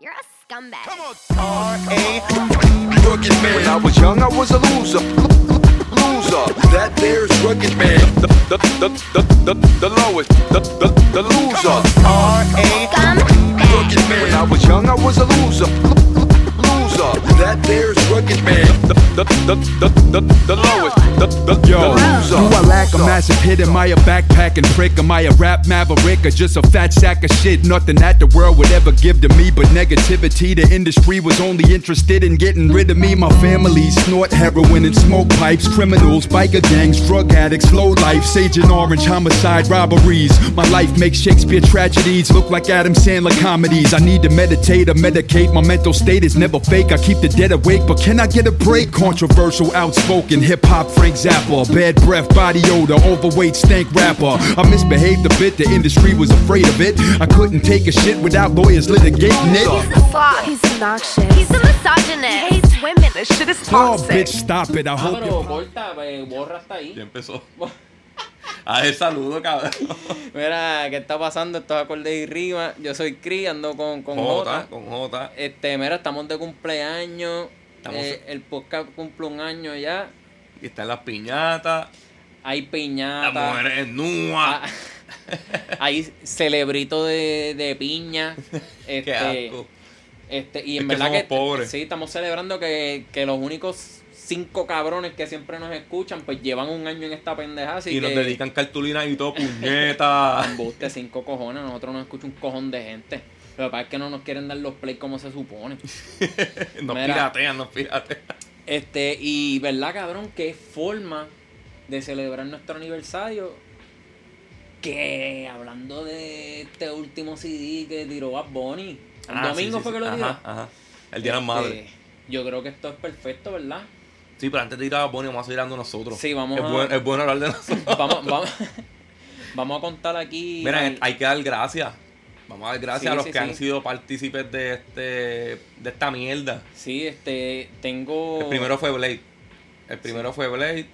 You're a scumbag. Rugged man. When I was young, I was a loser. Loser. That there's rugged man. The, the, the, the, the, the lowest. The, the, the loser. Scumbag. Rugged man. When I was young, I was a loser. Loser. That there's rugged man. The, the, the, the, the, the lowest. The, the, the loser. Do I lack a massive hit? Am I a backpacking prick? Am I a rap maverick or just a fat sack of shit? Nothing that the world would ever give to me but negativity. The industry was only interested in getting rid of me. My family snort heroin and smoke pipes. Criminals, biker gangs, drug addicts, low life, sage and orange, homicide, robberies. My life makes Shakespeare tragedies look like Adam Sandler comedies. I need to meditate or medicate. My mental state is never fake. I keep the dead awake, but can I get a break? Controversial, outspoken, hip hop, Frank Zappa, bad breath, body odor, overweight, stank rapper. I misbehaved a bit, the industry was afraid of it. I couldn't take a shit without lawyers litigating it. He's a slob. He's obnoxious. He's a misogynist. hates women. This shit is Oh, toxic. bitch, stop it. I Ah, hope pero you. corta, eh, borra hasta ahí. Ya empezó. A ver, saludo, cabrón. Mira, ¿qué está pasando? Estos acordes y rimas. Yo soy Cri, ando con, con J, Jota. con J. Este, mira, estamos de cumpleaños. Estamos- Eh, el podcast cumple un año ya. Y están las piñatas, Hay las piñata. mujeres en nua. Ah, hay celebrito de, de piña. Este, Qué asco. Este, y Es en que verdad somos que pobres. sí, estamos celebrando que, que los únicos cinco cabrones que siempre nos escuchan, pues llevan un año en esta pendeja. Así Y nos que- dedican cartulinas y todo, puñetas. Embuste, cinco cojones, nosotros no escucha un cojón de gente. Lo que pasa es que no nos quieren dar los play como se supone. Nos Mira. piratean, nos piratean. Este, y verdad, cabrón, qué forma de celebrar nuestro aniversario. Que hablando de este último CD que tiró Bad Bunny. El Ah, sí, domingo sí, fue sí. que lo tiró. Ajá, ajá. El día de las Este, madres. Yo creo que esto es perfecto, ¿verdad? Sí, pero antes de ir a Bonnie, vamos a ir dando nosotros. Sí, vamos es a- Bueno, es bueno hablar de nosotros. Vamos, vamos, vamos a contar aquí. Mira, el- hay que dar gracias. Vamos a dar gracias Sí, a los sí, que sí. han sido partícipes de este de esta mierda. Sí, este, tengo. El primero fue Blade. El primero fue Blade.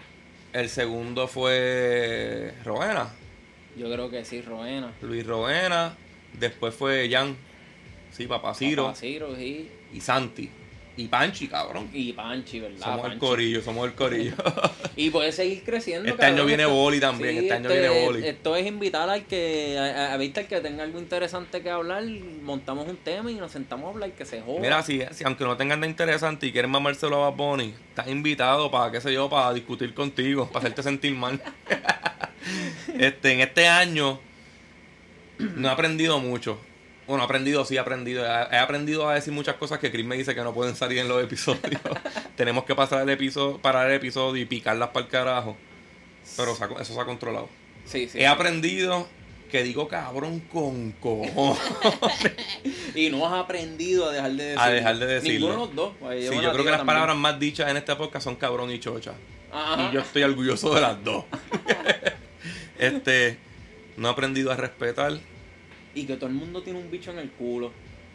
El segundo fue Roena. Yo creo que sí, Roena. Luis Roena. Después fue Jan. Sí, Papá Ciro. Papá Ciro, sí. Y Santi. Y Panchi, cabrón. Y Panchi, ¿verdad? somos el Panchi. corillo, somos el corillo. Y puede seguir creciendo. Este año viene Boli también, este año viene Boli. Esto es invitar al que, a, a- a Víctor que tenga algo interesante que hablar, montamos un tema y nos sentamos a hablar que se joda. Mira, si, si aunque no tengan nada interesante y quieren mamárselo a Bad Bunny, estás invitado para, qué sé yo, para discutir contigo, para hacerte sentir mal. este, en este año no he aprendido mucho. Bueno, he aprendido, sí, he aprendido. He he aprendido a decir muchas cosas que Chris me dice que no pueden salir en los episodios. Tenemos que pasar el episodio, parar el episodio y picarlas para el carajo. Pero se ha- eso se ha controlado. sí, sí. He aprendido que digo cabrón con cojones. Y no has aprendido a dejar de decirlo. A dejar de decirlo. Ninguno de los dos. Sí, Ahí yo llevo creo la que las tira también. palabras más dichas en esta época son cabrón y chocha. Ajá. Y yo estoy orgulloso de las dos. este, no he aprendido a respetar. Y que todo el mundo tiene un bicho en el culo.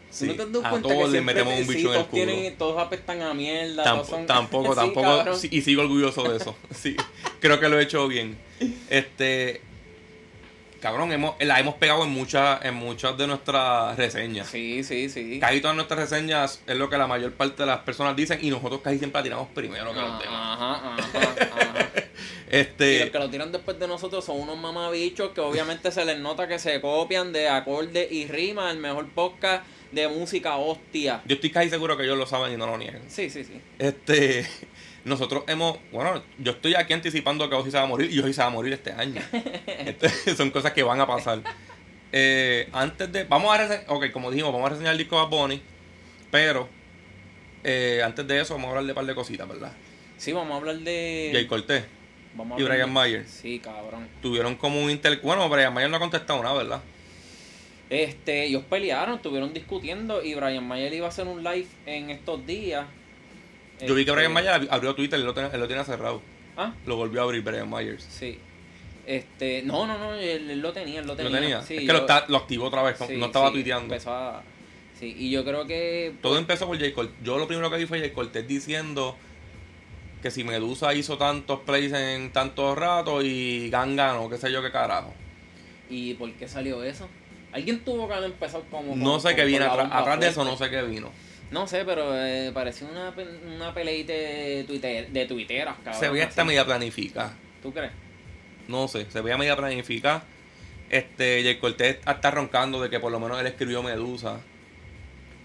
Sí, ¿No te has dado a cuenta todos que le siempre metemos un sí, bicho en el todos culo. Tienen, todos apestan a mierda. Tamp- todos son- Tampoco, Sí, tampoco. cabrón. sí, y sigo orgulloso de eso. Sí, creo que lo he hecho bien. Este, cabrón, hemos, la hemos pegado en muchas, en muchas de nuestras reseñas. sí, sí, sí. Casi todas nuestras reseñas es lo que la mayor parte de las personas dicen y nosotros casi siempre la tiramos primero que los demás. Ah, Ajá, ajá, ajá. Y los Este, que lo tiran después de nosotros son unos mamabichos que obviamente se les nota que se copian de acordes y rimas, el mejor podcast de música hostia. yo estoy casi seguro que ellos lo saben y no lo niegan. Sí, sí, sí. Este, nosotros hemos, bueno, yo estoy aquí anticipando que Ozzy se va a morir y Ozzy se va a morir este año. Este, son cosas que van a pasar. Eh, antes de, vamos a reseñar, ok, como dijimos, vamos a reseñar el disco de Bad Bunny, pero eh, antes de eso vamos a hablar de un par de cositas, ¿verdad? Sí, vamos a hablar de... Jay Cortés vamos a y hablar Brian de- Mayer. Sí, cabrón. tuvieron como un inter, bueno, Brian Mayer no ha contestado nada, ¿verdad? Este, ellos pelearon, estuvieron discutiendo y Brian Mayer iba a hacer un live en estos días. Yo vi que Este, Brian Mayer ab- abrió Twitter, él lo, tenía- él lo tiene cerrado, Ah, lo volvió a abrir Brian Myers. sí. Este, no, no, no, él, él lo tenía, él lo ¿Lo tenía. tenía? Sí, es que yo- lo, está- lo activó otra vez, no- sí, no estaba sí, tuiteando. empezó a- Sí, y yo creo que Todo empezó por Jay Cortés. Yo lo primero que vi fue Jay Cortés diciendo que si Medusa hizo tantos plays en tantos ratos y Gang ganó, qué sé yo qué carajo. ¿Y por qué salió eso? Alguien tuvo que haber empezado como. No con- sé con- qué con viene la atrás. bomba Atrás de eso fuerte. no sé qué vino. No sé, pero eh, pareció una, pe- una peleita de, tuite- de tuiteras, cabrón. Se veía así. esta media planificada. ¿Tú crees? No sé, se veía media planificada. Este, y el Cortés está roncando de que por lo menos él escribió Medusa.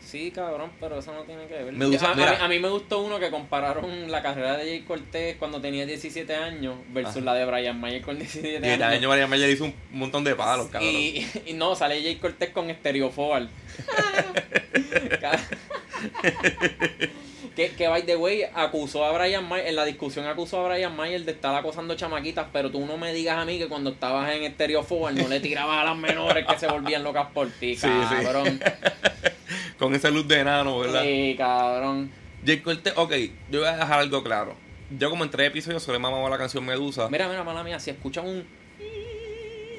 Sí, cabrón, pero eso no tiene que ver. Medusa, Yo- a, a mira. mí, a mí me gustó uno que compararon la carrera de Jay Cortés cuando tenía 17 años versus la de Brian Mayer con 17 Y años. el año María Mayer hizo un montón de palos, cabrón. Y, y no, sale Jay Cortés con estereofobal. que, que by the way, acusó a Brian Mayer, en la discusión acusó a Brian Mayer de estar acosando chamaquitas, pero tú no me digas a mí que cuando estabas en estereofobal no le tirabas a las menores que se volvían locas por ti, Sí, sí. cabrón. Con esa luz de enano, Sí, ¿verdad? cabrón. Y el Cortés, ok, yo voy a dejar algo claro. Yo como en tres episodios solo he mamado la canción Medusa. Mira, mira, mala mía, si escuchan un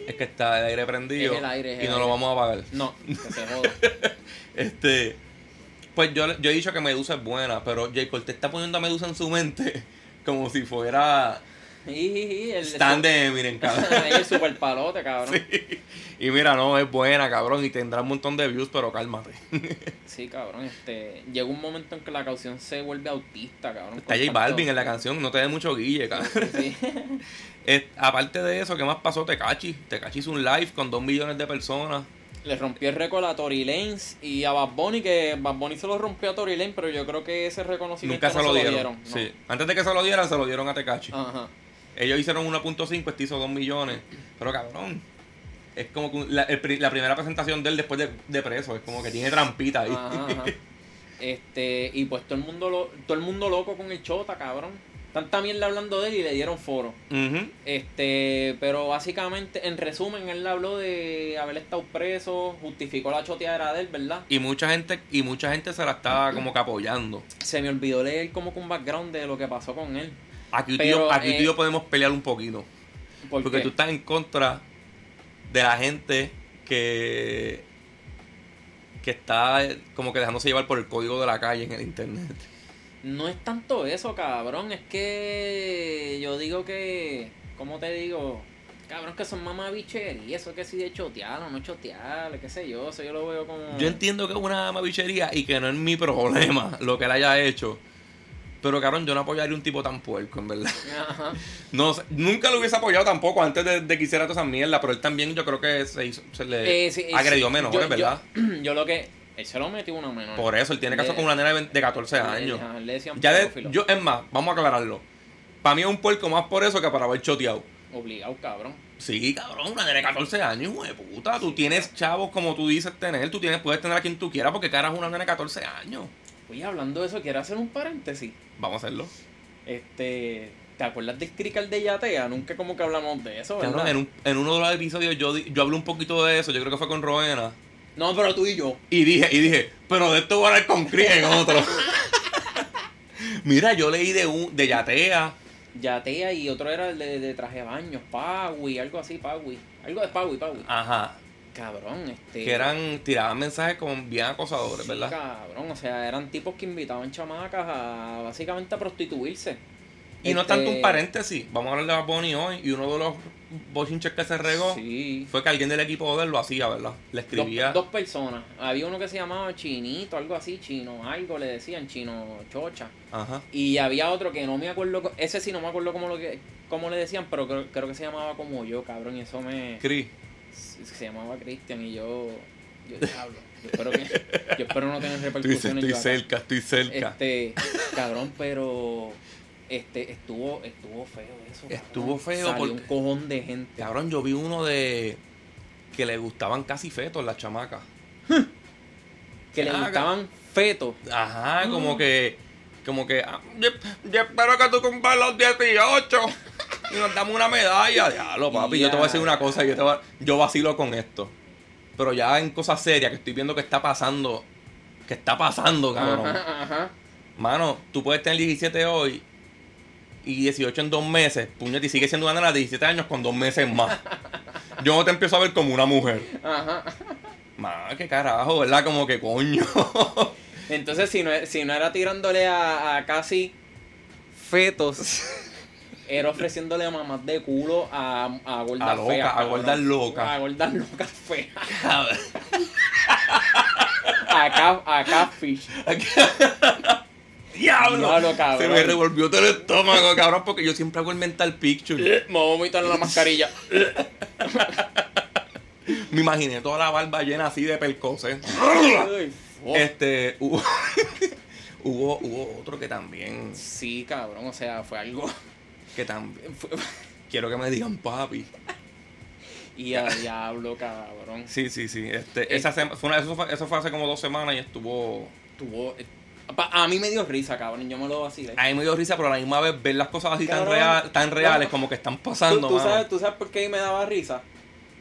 Es que está el aire prendido. Es el aire, es y el no aire. lo vamos a apagar. no, que se joda. Este. Pues yo, yo he dicho que Medusa es buena, pero J. Cortés está poniendo a Medusa en su mente como si fuera Y, y- y el stand de Eminem, cabrón. Ahí el super palote, cabrón. Sí, Y mira, no, es buena, cabrón, y tendrá un montón de views, pero cálmate. cabrón, este llega un momento en que la canción se vuelve autista, cabrón. Está J Balvin en la canción, no te dé mucho guille, cabrón. Sí. Es- aparte de eso, ¿qué más pasó Tecachi? Tecachi hizo un live con dos millones de personas. Le rompió el récord a Tory Lanez y a Bad Bunny, que Bad Bunny se lo rompió a Tory Lanez, pero yo creo que ese reconocimiento Nunca se este no lo dieron. no. Sí. Antes de que se lo dieran, se lo dieron a Tecachi. Ajá. Ellos hicieron 1.5, este hizo 2 millones. Pero cabrón, es como que la, el pri- la primera presentación de él después de, de preso. Es como que tiene trampita ahí. Ajá, ajá. Este, y pues todo el mundo lo, todo el mundo loco con el chota, cabrón. Tanta mierda hablando de él y le dieron foro. Ujú. Este, pero básicamente, en resumen, él habló de haber estado preso, justificó la choteadera de él, ¿verdad? Y mucha gente, y mucha gente se la está como que apoyando. Se me olvidó leer como que un background de lo que pasó con él. Aquí, tú y Pero, yo- aquí tú y eh, yo podemos pelear un poquito. ¿Por Porque qué? tú estás en contra de la gente que, que está eh, como que dejándose llevar por el código de la calle en el internet. No es tanto eso, cabrón. Es que yo digo que, ¿cómo te digo? Cabrón, que son mamabicherías, eso que si de chotear o no chotear, qué sé yo, eso yo lo veo como... Yo entiendo que es una mabichería y que no es mi problema lo que él haya hecho. Pero cabrón, yo no apoyaría un tipo tan puerco, en verdad. Ajá. No, sé, nunca lo hubiese apoyado tampoco antes de, de que hiciera toda esa mierda, pero él también yo creo que se, hizo- se le Eh, sí, eh, agredió sí. menores, Yo- yo- ¿verdad? Yo, lo que... Él se lo metió una menor. Por eso, él tiene caso Le- con una nena de, 20 de 14 años. Le- ajá, le decían Ya de, pedófilo. yo, es más, vamos a aclararlo. Para mí es un puerco más por eso que para haber choteado. Obligado, cabrón. Sí, cabrón, una nena de 14 años, hijo de puta. Tú tienes chavos como tú dices tener, tú tienes, puedes tener a quien tú quieras porque caras una nena de 14 años. Oye, hablando de eso, quiero hacer un paréntesis. Vamos a hacerlo. Este, ¿te acuerdas del crical de Yatea? Nunca como que hablamos de eso, Cabrón, ¿verdad? en, un- en uno de los episodios yo, di- yo hablé un poquito de eso, yo creo que fue con Roena. No, pero tú y yo. Y dije, y dije, pero de esto voy a hablar con Cris en otro. Mira, yo leí de un, de Yatea. Yatea y otro era el de, de traje de baño, Pawi, algo así, Pawi. Algo de Pawi, Pawi. Ajá. Cabrón, este. Que eran, tiraban mensajes como bien acosadores, sí, ¿verdad? Cabrón, o sea, eran tipos que invitaban chamacas a básicamente a prostituirse. Y no Este, tanto un paréntesis, vamos a hablar de Bad Bunny hoy. Y uno de los bochinches que se regó Sí. fue que alguien del equipo de él lo hacía, ¿verdad? Le Dos, escribía. dos personas. Había uno que se llamaba Chinito, algo así, Chino, algo le decían, Chino Chocha. Ajá. Y había otro que no me acuerdo, co- ese sí no me acuerdo cómo, lo que, cómo le decían, pero creo, creo que se llamaba como yo, cabrón, y eso me... Cris. se se llamaba Cristian y yo... Yo diablo, yo espero, que, yo espero no tener Tú dices, repercusiones. estoy yo acá. cerca, estoy cerca. Este, cabrón, pero... Este, estuvo, estuvo feo eso. cabrón. Estuvo feo Salió porque- un cojón de gente. Cabrón, yo vi uno de. que le gustaban casi fetos las chamacas. Que le Ah, gustaban fetos. Ajá, como que. Como que. ah, yo, yo espero que tú cumplas los 18 y nos damos una medalla. Diablo, papi. Yo te voy a decir una cosa. Yo, te voy a- yo vacilo con esto. Pero ya en cosas serias que estoy viendo que está pasando. Que está pasando, cabrón. Ajá, ajá. Mano, tú puedes tener 17 hoy y 18 en dos meses. Puñet, y sigue siendo una nena de 17 años con dos meses más. Yo no te empiezo a ver como una mujer. Más que carajo, ¿verdad? Como que coño. e, Entonces, si no, si no era tirándole a, a casi fetos, era ofreciéndole mamás de culo a, a gordas A loca, feas, a cabrón. gordas locas. A gordas locas feas. A, ca- a catfish. ¡Diablo! Diablo, cabrón. Se me revolvió todo el estómago, cabrón, porque yo siempre hago el mental picture. Me voy a vomitar en la mascarilla. Me imaginé toda la barba llena así de percoses. Ay, fuck. Este, hubo, hubo, hubo otro que también, Sí, cabrón, o sea, fue algo. que también, quiero que me digan papi. Y a diablo, cabrón. Sí, sí, sí, Eh. este, esa sema- fue una- eso, fue, eso fue hace como dos semanas y estuvo... Tuvo. eh, pa- A mí me dio risa, cabrón. Yo me lo vacilé. A mí me dio risa, pero a la misma vez ver las cosas así tan, Cabrón. real- tan reales Cabrón. como que están ¿Tú, pasando, tú mano. sabes, ¿Tú sabes por qué me daba risa?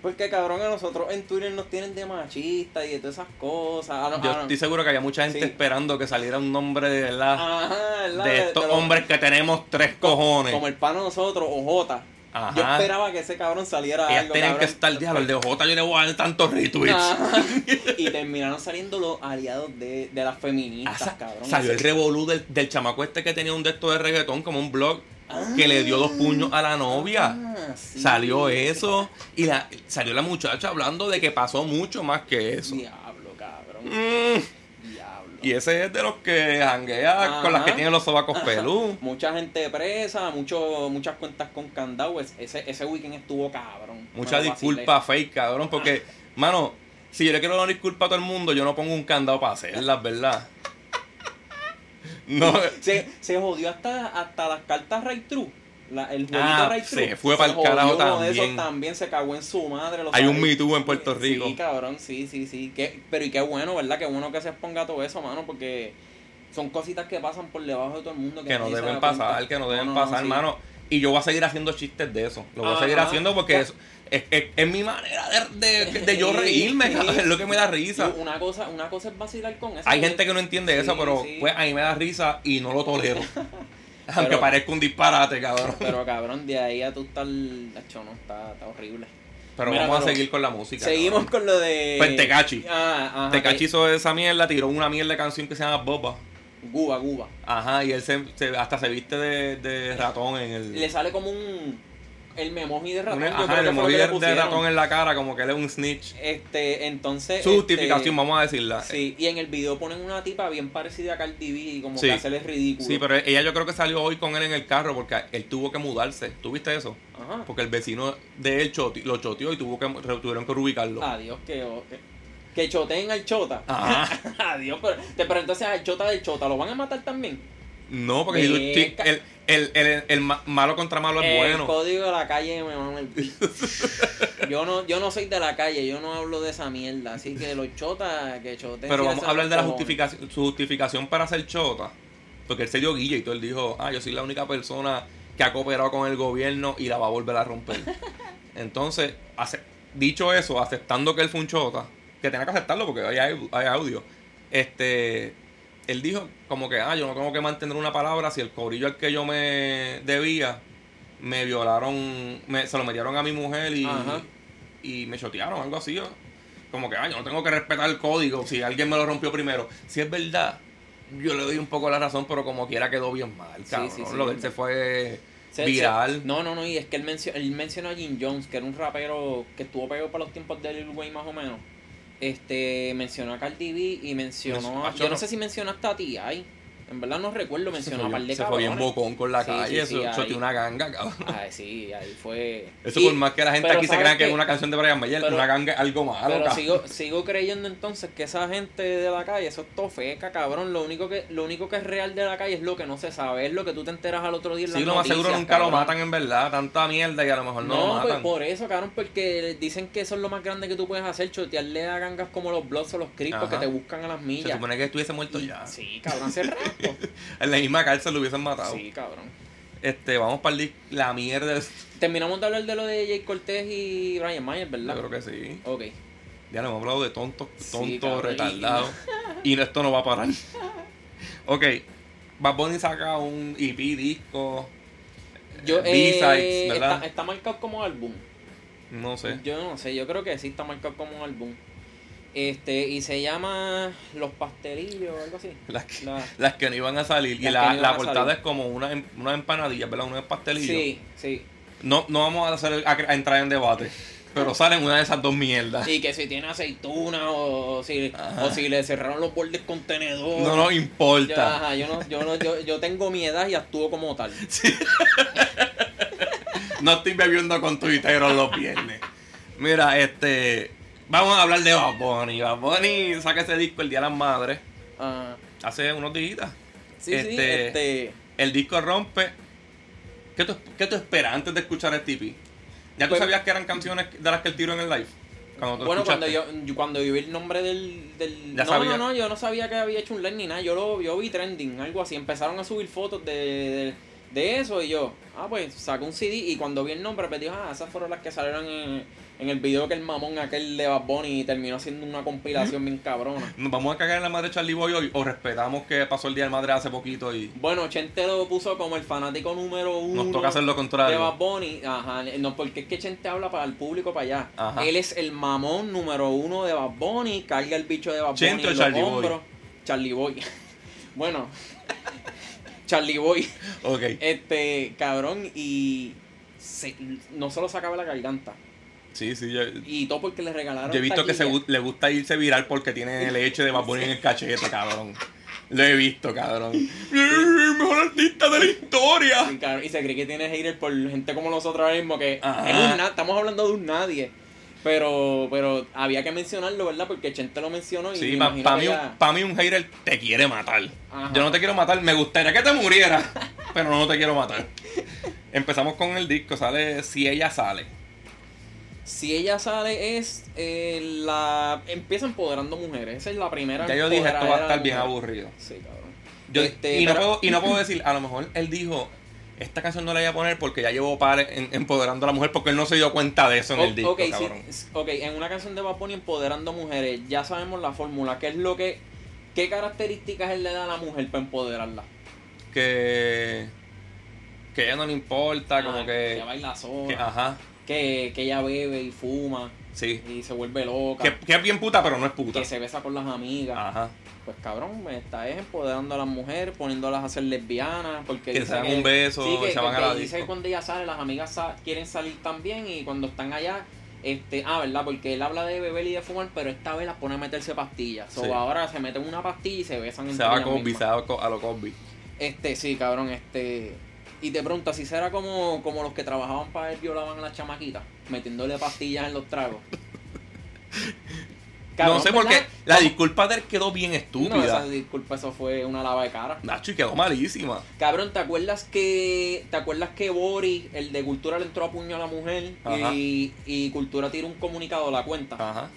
Porque, cabrón, a nosotros en Twitter nos tienen de machistas y de todas esas cosas. A no- Yo a no- estoy seguro que había mucha gente ah, Sí. Ah, esperando que saliera un nombre de verdad Ajá, ¿verdad? de estos los- hombres que tenemos tres co- cojones. Como el pan de nosotros, OJ. Ajá. Yo esperaba que ese cabrón saliera Ellas algo, tienen que cabrón. Ah, estar, diablo, el de Ojota yo le voy a dar tantos retweets. Ajá. Y terminaron saliendo los aliados de, de las Ah, feministas, sa- cabrón. salió el revolú del, del chamaco este que tenía un de estos de reggaetón como un blog que le dio dos puños a la novia. Ah, sí. Salió eso y la, salió la muchacha hablando de que pasó mucho más que eso. Diablo, cabrón. Mm. Diablo. Y ese es de los que janguea con las que Ajá. tienen los sobacos pelú. Mucha gente presa, mucho, muchas cuentas con candado. Es- Ese, ese weekend estuvo cabrón. Mucha Me lo vacilé. disculpa fake, cabrón, porque, mano, si yo le quiero dar disculpa a todo el mundo, yo no pongo un candado para hacerlas, ¿verdad? No, Se, se jodió hasta, hasta las cartas Ray True. La, el jueguito Ah, Ray True. se fue pa'l jodió carajo uno de también. esos también se cagó en su madre. lo hay un sabes. Me Too en Puerto Rico. Sí, cabrón, sí, sí, sí. Qué- pero y qué bueno, ¿verdad? Qué bueno que se exponga todo eso, mano, porque son cositas que pasan por debajo de todo el mundo. que no nadie se deben da cuenta. pasar, que no deben No, no, no, pasar, sí. hermano. Y yo voy a seguir haciendo chistes de eso. Lo voy a seguir Ajá. haciendo porque es, es, es- es mi manera de, de- de yo reírme, Sí. cabrón, es lo que me da risa. Y Una cosa, una cosa es vacilar con eso. Hay gente que no entiende eso, Sí, pero sí. pues a mí me da risa y no lo tolero. Aunque Pero- parezca un disparate, cabrón. Pero, Pero cabrón, de ahí a tú estar. Nacho, no, está, está horrible. Mira, vamos a pero- seguir con la música. Seguimos con lo de. Pues, Tecachi. Ah, ajá, Te que- hizo esa mierda, tiró una mierda de canción que se llama Boba. Guba, Guba. Ajá, y él se, se- hasta se viste de, de ratón en el. Le sale como un. El memoji de ratón. un- yo ajá, creo que le fue lo moví que le de- de pusieron. ratón en la cara, como que él es un snitch. Este, entonces. Su justificación, este, vamos a decirla. Sí, y en el video ponen una tipa bien parecida a Cardi B y como Sí. que hacerle ridículo. Sí, pero ella yo creo que salió hoy con él en el carro porque él tuvo que mudarse. ¿Tú viste eso? Ajá. Porque el vecino de él choti- lo choteó y tuvo que, re- tuvieron que reubicarlo. Adiós, que. oh, que- Que choteen al chota. Ajá. Adiós, pero, te- pero entonces al chota del chota, ¿lo van a matar también? No, porque si tú- Ve- ti- el, el, el, el, ma- malo contra malo es el bueno. código de la calle me mama el pi- yo no yo no soy de la calle yo no hablo de esa mierda así que los chotas que choten Pero si vamos a hacen hablar de la cojones. justificación, su justificación para ser chota. Porque él se dio guille y todo él dijo, ah, yo soy la única persona que ha cooperado con el gobierno y la va a volver a romper. Entonces, ace- dicho eso, aceptando que él fue un chota, que tenía que aceptarlo porque hay, au- hay audio, este, él dijo como que, ah, yo no tengo que mantener una palabra si el cobrillo al que yo me debía, me violaron, me, se lo metieron a mi mujer y, Ajá. y me chotearon, algo así. ¿no? Como que, ah, yo no tengo que respetar el código si alguien me lo rompió primero. Si es verdad, yo le doy un poco la razón, pero como quiera quedó bien mal, Sí, cabrón. sí, sí. lo de él se fue Se- se- viral. no no no y es que él mencionó él mencionó a Jim Jones que era un rapero que estuvo pegado para los tiempos de Lil Wayne más o menos este mencionó a Cardi B y mencionó Mencionó a yo no Chota. sé si mencionó hasta a ti ay en verdad no recuerdo Se mencionó fue a par bien- de se fue bien cabrones. bocón con la Sí, calle, sí, sí, eso ahí. choteó una ganga, cabrón. ay sí ahí fue Eso Y- por más que la gente pero aquí se ¿sabes crea que es qué? una canción de Brian Mayer, Pero- una ganga es algo malo, Pero cabrón. sigo, sigo creyendo entonces que esa gente de la calle, eso es tofeca, cabrón. Lo único que, lo único que es real de la calle es lo que no se sabe, es lo que tú te enteras al otro día. en Sí, las lo más seguro noticias, nunca lo cabrón. matan en verdad, tanta mierda y a lo mejor no, lo No, pues matan. por eso, cabrón, porque dicen que eso es lo más grande que tú puedes hacer, chotearle a gangas como los blogs o los criptos Ajá. que te buscan a las millas. se supone que estuviese muerto ya. Sí, cabrón, hace rato. En la misma cárcel lo hubiesen matado. sí, cabrón. Este, vamos para la mierda. Terminamos de hablar de lo de Jay Cortés y Brian Mayer, ¿verdad? Yo creo que sí. Eh, Ok. Ya lo hemos hablado de tonto, Sí, tonto, cabrón, y- retardado. Y no- esto no va a parar. ok. Bad Bunny saca un EP disco. Yo, eh, eh, B-sides, ¿verdad? está- está marcado como álbum. No sé. Yo no sé, yo creo que sí está marcado como un álbum. Este, y se llama Los Pastelillos o algo así. Las que, La- las que no iban a salir. Las y que la, no iban la a portada salir. es como una, em- una empanadilla, ¿verdad? Unos pastelillos. Sí, sí. No, no vamos a, hacer, a, a entrar en debate. Pero salen una de esas dos mierdas. Y que si tiene aceituna o, o si, Ah. Ajá. o si le cerraron los bordes con tenedor. No nos Yo, importa. ajá, yo, no, yo, no, yo, yo tengo mi edad y actúo como tal. No estoy bebiendo con tuiteros los viernes. Mira, este. Vamos a hablar de Bad Bunny. Bad Bunny saca ese disco el Día de las Madres. Ah, Hace unos días. sí, sí, Este- este, El disco rompe. ¿Qué tú, qué tú esperas antes de escuchar el tipi? ¿Ya tú Pues- sabías que eran canciones de las que él tiró en el live? Cuando tú Bueno, cuando escuchaste. yo, yo- cuando yo vi el nombre del... del Ya no, sabía. no, no, yo no sabía que había hecho un live ni nada. Yo lo yo vi trending, algo así. Empezaron a subir fotos de, de, de eso y yo, ah, pues, saco un CD. Y cuando vi el nombre, pues dije, ah, esas fueron las que salieron en, en el video que el mamón aquel de Bad Bunny terminó haciendo una compilación bien cabrona. ¿Nos vamos a cagar en la madre de Charlie Boy hoy o respetamos que pasó el Día de la Madre hace poquito y Bueno, Chente lo puso como el fanático número uno. nos toca hacer De lo Bad contrario? Bunny, ajá, no, porque es que Chente habla para el público para allá. Ajá. Él es el mamón número uno de Bad Bunny, carga el bicho de Bad Bunny Chente o en los Charlie Boy. hombros. Charlie Boy. bueno, Charlie Boy, Ok. este cabrón, y se- no se lo sacaba la garganta. Sí, sí, yo, Y todo porque le regalaron. Yo he visto que se, taquilla. gu- le gusta irse viral porque tiene el hecho de Bad Bunny en el cachete, cabrón. Lo he visto, cabrón. ¡El mejor artista de la Y, historia! cabrón, y se cree que tiene haters por gente como nosotros ahora mismo, que ah, Ajá. es un na- estamos hablando de un nadie. Pero, pero había que mencionarlo, ¿verdad? Porque Chente lo mencionó y Sí, me para imagino mí, que un- ya- pa' mí un hater te quiere matar. Ajá. Yo no te quiero matar, me gustaría que te murieras, pero no te quiero matar. Empezamos con el disco, sale Si Ella Sale. Si ella sale es eh, la... Empieza empoderando mujeres. Esa es la primera. Ya yo dije, esto va a empoderadera estar de bien mujeres. aburrido. Sí, cabrón. Yo- Este, y, no pero- puedo, y no puedo decir, a lo mejor él dijo, esta canción no la voy a poner porque ya llevo par en- empoderando a la mujer porque él no se dio cuenta de eso en el O- disco, Oh, ok, sí, cabrón. s- ok, en una canción de Bad Bunny empoderando mujeres, ya sabemos la fórmula. ¿Qué es lo que... ¿Qué características él le da a la mujer para empoderarla? que que a ella no le importa Ah, como Que que, ella baila que- sola, ajá que, que ella bebe y fuma sí y se vuelve loca, que, que es bien puta pero no es puta que se besa con las amigas. ajá Pues cabrón, me está es empoderando a las mujeres, poniéndolas a ser lesbianas, porque Que dice se dan un beso, sí, que, se van a que la dice disco. que cuando ella sale, las amigas sa- quieren salir también y cuando están allá, este, ah, verdad, porque él habla de beber y de fumar, pero esta vez las pone a meterse pastillas. O Sí. ahora se meten una pastilla y se besan se entre va a ellas Cosby mismas. se va a co- a lo Cosby Este, sí, cabrón, este. Y te pregunta si será como, como los que trabajaban para él violaban a las chamaquitas, metiéndole pastillas en los tragos. no sé por qué la disculpa de él quedó bien No, esa estúpida disculpa, eso fue una lava de cara. Nacho y quedó malísima Cabrón, ¿te acuerdas que te acuerdas que Boris, el de Cultura, le entró a puño a la mujer Ajá. Ah, y, y Cultura tiró un comunicado a la cuenta? ajá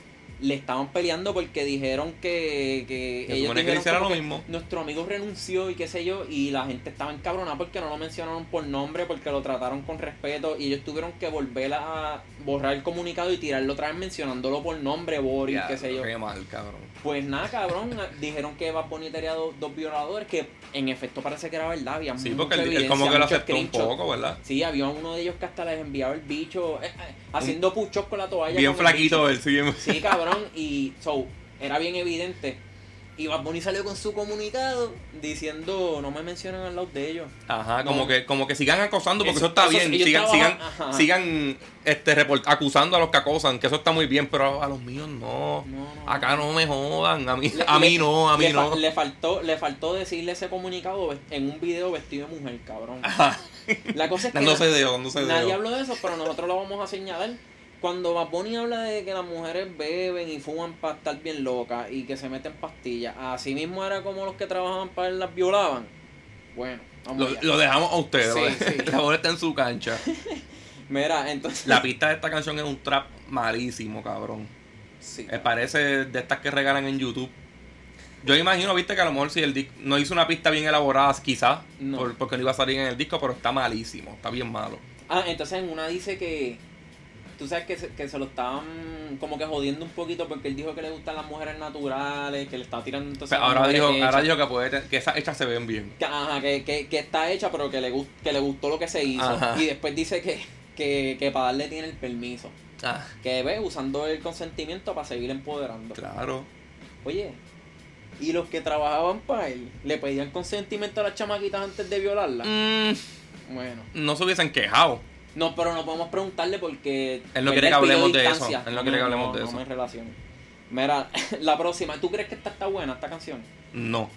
Le estaban peleando porque dijeron que, que Se ellos supone que le dijeron hiciera como lo que mismo. nuestro amigo renunció y qué sé yo, y la gente estaba encabronada porque no lo mencionaron por nombre, porque lo trataron con respeto y ellos tuvieron que volver a borrar el comunicado y tirarlo otra vez mencionándolo por nombre, Boris, Ya, qué sé yo. qué mal cabrón Pues nada, cabrón, dijeron que Bad Bunny tenía do- dos violadores que en efecto parece que era verdad, había sí mucha porque él, él evidencia, como que lo muchos aceptó un screenshots. poco verdad Sí, había uno de ellos que hasta les enviaba el bicho eh, eh, haciendo puchos con la toalla. bien con el flaquito bicho. él sí bien- Sí, cabrón, y so, era bien evidente. Y Bad Bunny salió con su comunicado diciendo, no me mencionan al lado de ellos. Ajá, como No. que como que sigan acosando porque Eso- eso, está eso sí, bien, ellos sigan sigan trabajan- ajá. sigan este report- acusando a los que acosan, que eso está muy bien, pero a los míos no. No, no, Acá no me jodan, a mí Le- a mí le- no, a mí le fa- no. le, faltó, le faltó decirle ese comunicado ve- en un video vestido de mujer, cabrón. Ajá. La cosa es que... Dándose de dándose de Nadie habló de eso, pero nosotros lo vamos a señalar. Cuando Bad Bunny habla de que las mujeres beben y fuman para estar bien locas y que se meten pastillas, así mismo era como los que trabajaban para él las violaban. Bueno, Lo, vamos allá. lo dejamos a ustedes. Sí, ¿vale? sí. La bola está en su cancha. Mira, entonces. La pista de esta canción es un trap malísimo, cabrón. Sí, Eh, parece de estas que regalan en YouTube. Yo imagino, viste, que a lo mejor si el disco no hizo una pista bien elaborada, quizás, No. por- porque no iba a salir en el disco, pero está malísimo, está bien malo. Ah, entonces en una dice que. Tú sabes que se, que se lo estaban como que jodiendo un poquito porque él dijo que le gustan las mujeres naturales, que le está tirando O entonces. sea, a las ahora, mujeres dijo, hechas. ahora dijo que, puede te- que esas hechas se ven bien. que, ajá, que, que, que está hecha, pero que le, gust- que le gustó lo que se hizo. Ajá. Y después dice que, que, que para darle tiene el permiso. Ah, Que ve usando el consentimiento para seguir empoderando. claro. Oye, y los que trabajaban para él le pedían consentimiento a las chamaquitas antes de violarlas. Mm, Bueno, no se hubiesen quejado. no, pero no podemos preguntarle porque. Él no quiere ¿verdad? que hablemos pidió de distancia. eso, él no quiere que hablemos de no, eso. No me relaciono. Mira, la próxima. ¿Tú crees que esta está buena, esta canción? No.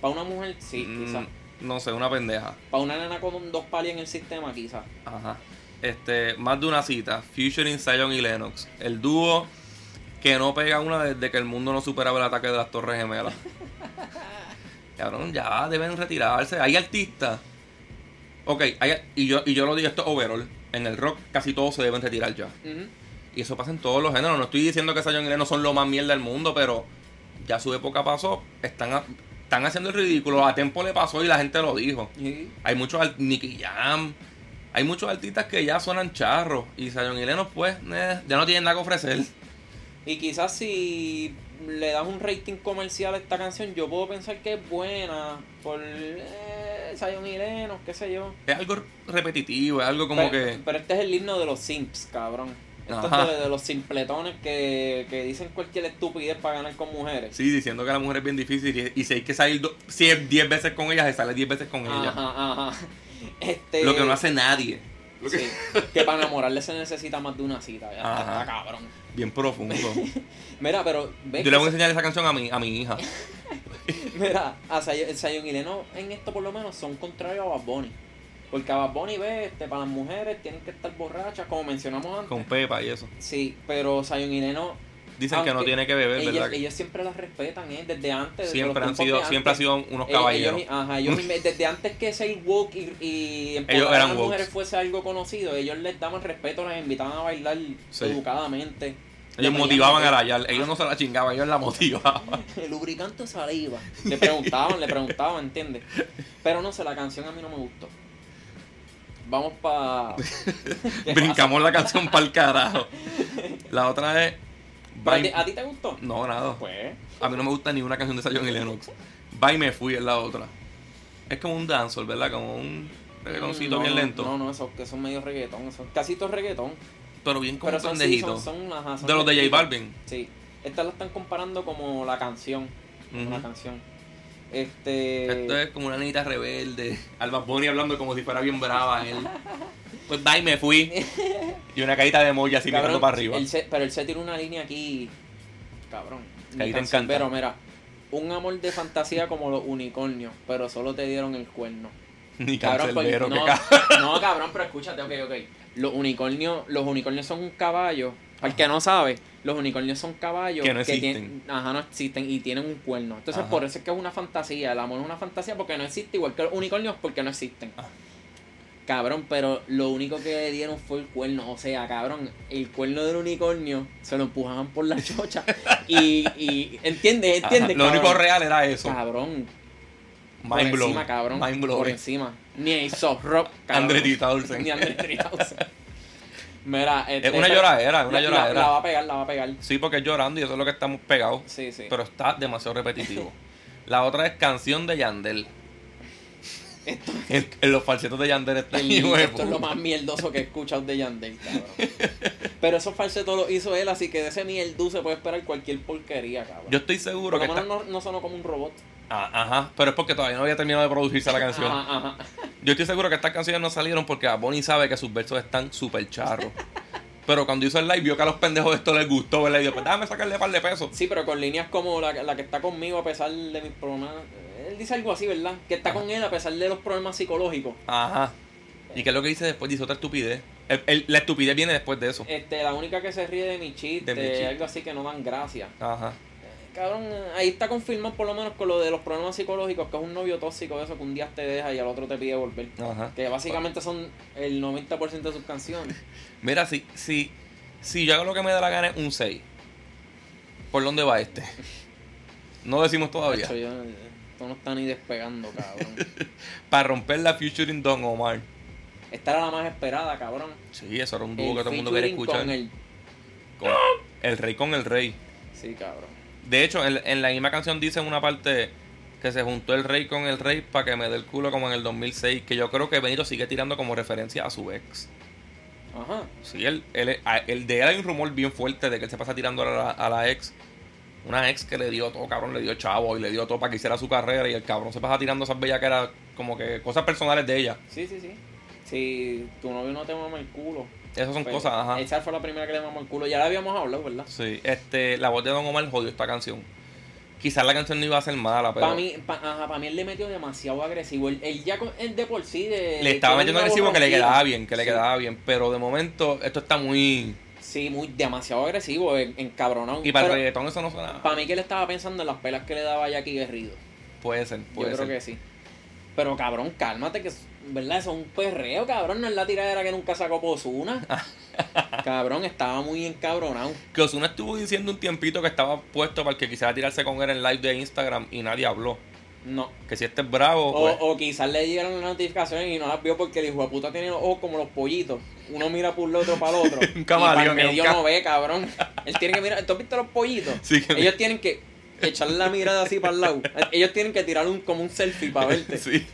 Para una mujer, sí, Mm, quizás. no sé, una pendeja. Para una nena con dos palis en el sistema, quizás. Ajá. Este, más de una cita. Futuring Zion y Lennox. El dúo que no pega una desde que el mundo no superaba el ataque de las Torres Gemelas. Cabrón, ya deben retirarse. Hay artistas. Ok, hay- y, yo, y yo lo digo esto overall. En el rock casi todos se deben retirar ya. Ujú. Y eso pasa en todos los géneros. No estoy diciendo que Zion y Lennox son lo más mierda del mundo, pero ya su época pasó. Están, a- están haciendo el ridículo. A tiempo le pasó y la gente lo dijo. Y- Hay muchos art- Nicky Jam. Hay muchos artistas que ya suenan charros. Y Zion y Lennox, pues, eh, ya no tienen nada que ofrecer. Y quizás si le das un rating comercial a esta canción, yo puedo pensar que es buena por eh, Zion y Lennox, qué sé yo. Es algo repetitivo, es algo como pero, que. pero este es el himno de los simps, cabrón. Esto Ajá. es de, de los simpletones que, que dicen cualquier estupidez para ganar con mujeres. Sí, diciendo que la mujer es bien difícil. Y, y si hay que salir do- si es 10 veces con ella, se sale 10 veces con ella. Ajá, ajá. Este, Lo que no hace nadie. sí, que para enamorarle se necesita más de una cita. ya está, Ajá. está cabrón. Bien profundo. Mira, pero ves Yo le que voy a enseñar esa canción a mi, a mi hija. Mira, a Zion, el Zion y Leno en esto por lo menos son contrarios a Bad Bunny. Porque a Bad Bunny, ve, este, para las mujeres tienen que estar borrachas, como mencionamos antes. Con Pepa y eso. Sí, pero Zion y Leno... Dicen que no aunque tiene que beber, ellas- ¿verdad? Ellos siempre las respetan, ¿eh? Desde antes. desde siempre los han tiempos sido, de siempre antes. han sido unos Ellos- caballeros. ellos- ajá, ellos inve- desde antes que ese walk y, y empoderar Ellos a eran las wokes. mujeres fuese algo conocido, ellos les daban respeto, las invitaban a bailar Sí. educadamente. Ellos Les motivaban a pedían- la yal. Ellos no se la chingaban, ellos la motivaban. El lubricante o saliva. Le preguntaban, le preguntaban, ¿entiendes? Pero no sé, la canción a mí no me gustó. Vamos para. Brincamos la canción para el carajo. La otra es. ¿A Bye- ti, a ti te gustó? No, nada. Pues. A mí no me gusta ni una canción de Zion y Lennox. Bye me fui es la otra. Es como un dancehall, ¿verdad? Como un reggaetoncito no, bien Mm, no, lento. No, no, esos que son medio reggaetón. Son casi todo reggaetón. Pero bien como pero un son, sí, pendejito. son, son, ajá, son de los de J lenticos. Balvin. Sí. Estas las están comparando como la canción. Como la Ujú. canción. Este. Esto es como una niñita rebelde. Alba Bunny hablando como si fuera bien brava él. Pues bye me fui. Y una carita de molla así Cabrón, mirando para arriba. él se- pero él se tiró una línea aquí. Cabrón. Que ahí te Canción, encanta. Pero mira, un amor de fantasía como los unicornios, pero solo te dieron el cuerno. Ni Cabrón, pues, cancelero, no, que ca- no, cabrón, pero escúchate, ok, ok. Los unicornios, los unicornios son un caballo. Al que no sabe, los unicornios son caballos Que no tienen- ajá, no existen y tienen un cuerno. Entonces, Ajá. por eso es que es una fantasía. El amor es una fantasía porque no existe, igual que los unicornios porque no existen. Ah. Cabrón, pero lo único que le dieron fue el cuerno. O sea, cabrón, el cuerno del unicornio se lo empujaban por la chocha. y, y, ¿entiendes? Ajá, ¿Entiendes? Lo único cabrón? real era eso. Cabrón, por Mind blown. encima, cabrón. Mind blown. Por encima. Ni el soft rock, cabrón. Andre 3000. Ni Andre 3000. Mira, este, Es una pero- lloradera, es una la- la- lloradera. La, va a pegar, la va a pegar. Sí, porque es llorando y eso es lo que estamos pegados. Sí, sí. Pero está demasiado repetitivo. La otra es canción de Yandel. El- el- los falsetos de Yandel están El- hijo de esto es lo puta. más mierdoso que he escuchado de Yandel, cabrón. Pero esos falsetos los hizo él, así que de ese mierdu se puede esperar cualquier porquería, cabrón. Yo estoy seguro Por que lo menos está- no, no sonó como un robot. Ah, ajá, pero es porque todavía no había terminado de producirse la canción. Ajá, ajá. Yo estoy seguro que estas canciones no salieron porque Bonnie sabe que sus versos están súper charros. Pero cuando hizo el live vio que a los pendejos esto les gustó, ¿verdad? Y dijo, pues dame sacarle par de pesos. Sí, pero con líneas como la, la que está conmigo a pesar de mis problemas. Él dice algo así, ¿verdad? Que está con él a pesar de los problemas psicológicos. Ajá. ¿Y qué es lo que dice después? Dice otra estupidez. El- el- la estupidez viene después de eso. Este, la única que se ríe de mi chiste, De mi chiste. algo así que no dan gracia. Ajá. Cabrón, ahí está confirmado por lo menos con lo de los problemas psicológicos, que es un novio tóxico, eso que un día te deja y al otro te pide volver. Ajá. Que básicamente son el 90% de sus canciones. Mira, si, si, si yo hago lo que me da la gana es un 6. ¿Por dónde va este? No decimos todavía. Macho, yo- esto no está ni despegando, cabrón. Para romper la featuring Don Omar. Esta era la más esperada, cabrón. Sí, eso era un dúo El que todo el mundo quería featuring escuchar. con el- Con el rey con el rey. Sí, cabrón. De hecho, en, en la misma canción dice en una parte que se juntó el rey con el rey para que me dé el culo como en el 2006. Que yo creo que Benito sigue tirando como referencia a su ex. Ajá. Sí, él, él- a- el de él hay un rumor bien fuerte de que él se pasa tirando a la, a la ex. Una ex que le dio todo, cabrón, le dio chavo y le dio todo para que hiciera su carrera. Y el cabrón se pasa tirando esas bellas que era como que cosas personales de ella. Sí, sí, sí. Si tu novio no te mama el culo. Esas son pues, cosas, ajá. Esa fue la primera que le mamó el culo. Ya la habíamos hablado, ¿verdad? Sí, este, la voz de Don Omar jodió esta canción. Quizás la canción no iba a ser mala, pero Para mí, pa- ajá, pa' mí él le metió demasiado agresivo. Él, él ya con- él de por sí. de- le estaba tiene una metiendo agresivo que le borrachera. quedaba bien, que le Sí. quedaba bien. Pero de momento, esto está muy. Sí, muy demasiado agresivo, en- encabronado. Y para el Pero reggaetón eso no suena. para mí que él estaba pensando en las pelas que le daba Jackie Guerrido. Puede ser, Yo puede creo ser. que sí. Pero cabrón, cálmate, que es- ¿verdad? Eso es un perreo, cabrón. No es la tiradera que nunca sacó Pozuna. cabrón, estaba muy encabronado. Que Osuna estuvo diciendo un tiempito que estaba puesto para el que quisiera tirarse con él en live de Instagram y nadie habló. No. Que si este es bravo, O, pues, o quizás le llegaron las notificaciones y no las vio porque el hijo de puta tiene los ojos como los pollitos. Uno mira por el otro para el otro. Un y camaleón, para el es un medio ca- no ve, cabrón. Él tiene que mirar. ¿Tú has visto los pollitos? Sí, que- Ellos tienen que echarle la mirada así para el lado. Ellos tienen que tirar un, como un selfie para verte. sí.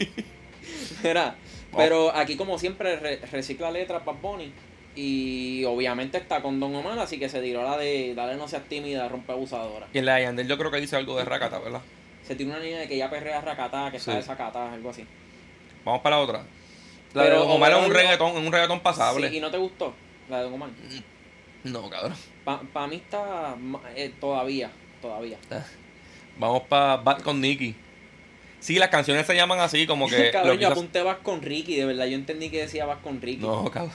Mira, pero aquí como siempre re- recicla letras Bad Bunny y obviamente está con Don Omar, así que se tiró la de dale no seas tímida, rompe abusadora. Y en la de Yandel yo creo que dice algo de Rakata, ¿verdad? Se tiró una línea de que ya perrea racatá, que está Sí. desacatada, algo así. Vamos para la otra. La Pero de Don Omar es un Omar- reggaetón, es un reggaetón pasable. Sí, ¿Y no te gustó la de Don Omar? No, cabrón. Para mí está ma- eh, todavía, todavía. Vamos para Bad con Nicky. Sí, las canciones se llaman así, como que. Cabrón, lo yo quiso- apunté vas con Ricky, de verdad, yo entendí que decía vas con Ricky. No, cabrón.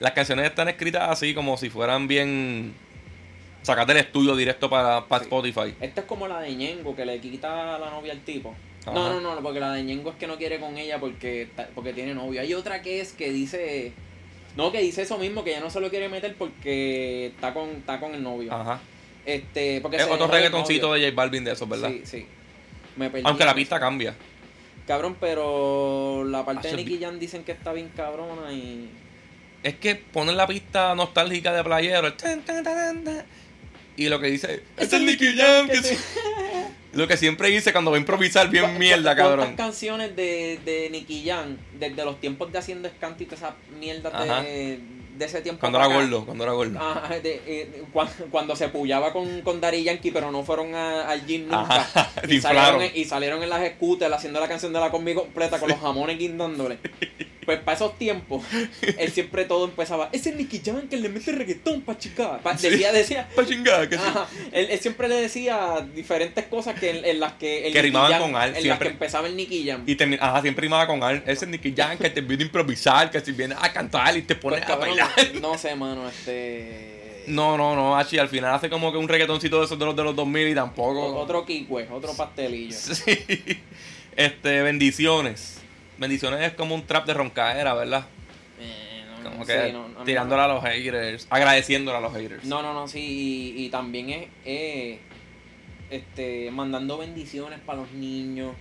Las canciones están escritas así, como si fueran bien. Sacas del estudio directo para, para Sí. Spotify. Esta es como la de Ñengo, que le quita la novia al tipo. Ajá. No, no, no, porque la de Ñengo es que no quiere con ella porque, ta- porque tiene novio. Hay otra que es que dice... No, que dice eso mismo, que ella no se lo quiere meter porque está con, está con el novio. Ajá. Este, porque Ah. Es se otro enamora del reggaetoncito novio. de J Balvin de esos, ¿verdad? Sí, sí. Me perdí. Aunque la pista cambia. Cabrón, pero la parte Ah, de sí. Nicky Jam dicen que está bien cabrona y... Es que ponen la pista nostálgica de playero. el tan, tan, tan, tan, y lo que dice. Es el Nicky Jam. que que sí". Lo que siempre dice cuando va a improvisar, bien mierda, ¿Cuántas cabrón. canciones de, de Nicky Jam, desde los tiempos de Haciendo Escanto y toda esa mierda Ajá. de, de ese tiempo? Cuando para era acá? gordo, cuando era gordo. Ah, de- eh, cuan- cuando, se pullaba con, con Daddy Yankee, pero no fueron a- al gym nunca. Ajá, y, inflaron. salieron, en- y salieron en las scooters haciendo la canción de la combi completa con los jamones guindándole. Pues para esos tiempos, él siempre todo empezaba. Ese Nicky Jam que le mete reggaetón pa' chica. Pa- Decía, decía. Pa' chingar, que sí. Ajá, él, él siempre le decía diferentes cosas que en, en las que. el Que Nicky rimaban Jam- con al, En las siempre. que empezaba el Nicky Jam. Pues, Y termina, ajá, siempre rimaba con Al. Ese Nicky Jam que te viene a improvisar, que si viene a cantar y te pone Pues, a cabrón, bailar. No sé, mano, este. No, no, no, Hachi, al final hace como que un reggaetoncito de esos de los, de los 2000 y o- tampoco. Otro kikwe, otro pastelillo. Sí. Este, bendiciones. Bendiciones es como un trap de roncadera, ¿verdad? Eh, no, Como no que sé, no, a mí no- tirándola a los haters, agradeciéndola a los haters. No, no, no, sí, y, y también es eh, este, mandando bendiciones para los niños,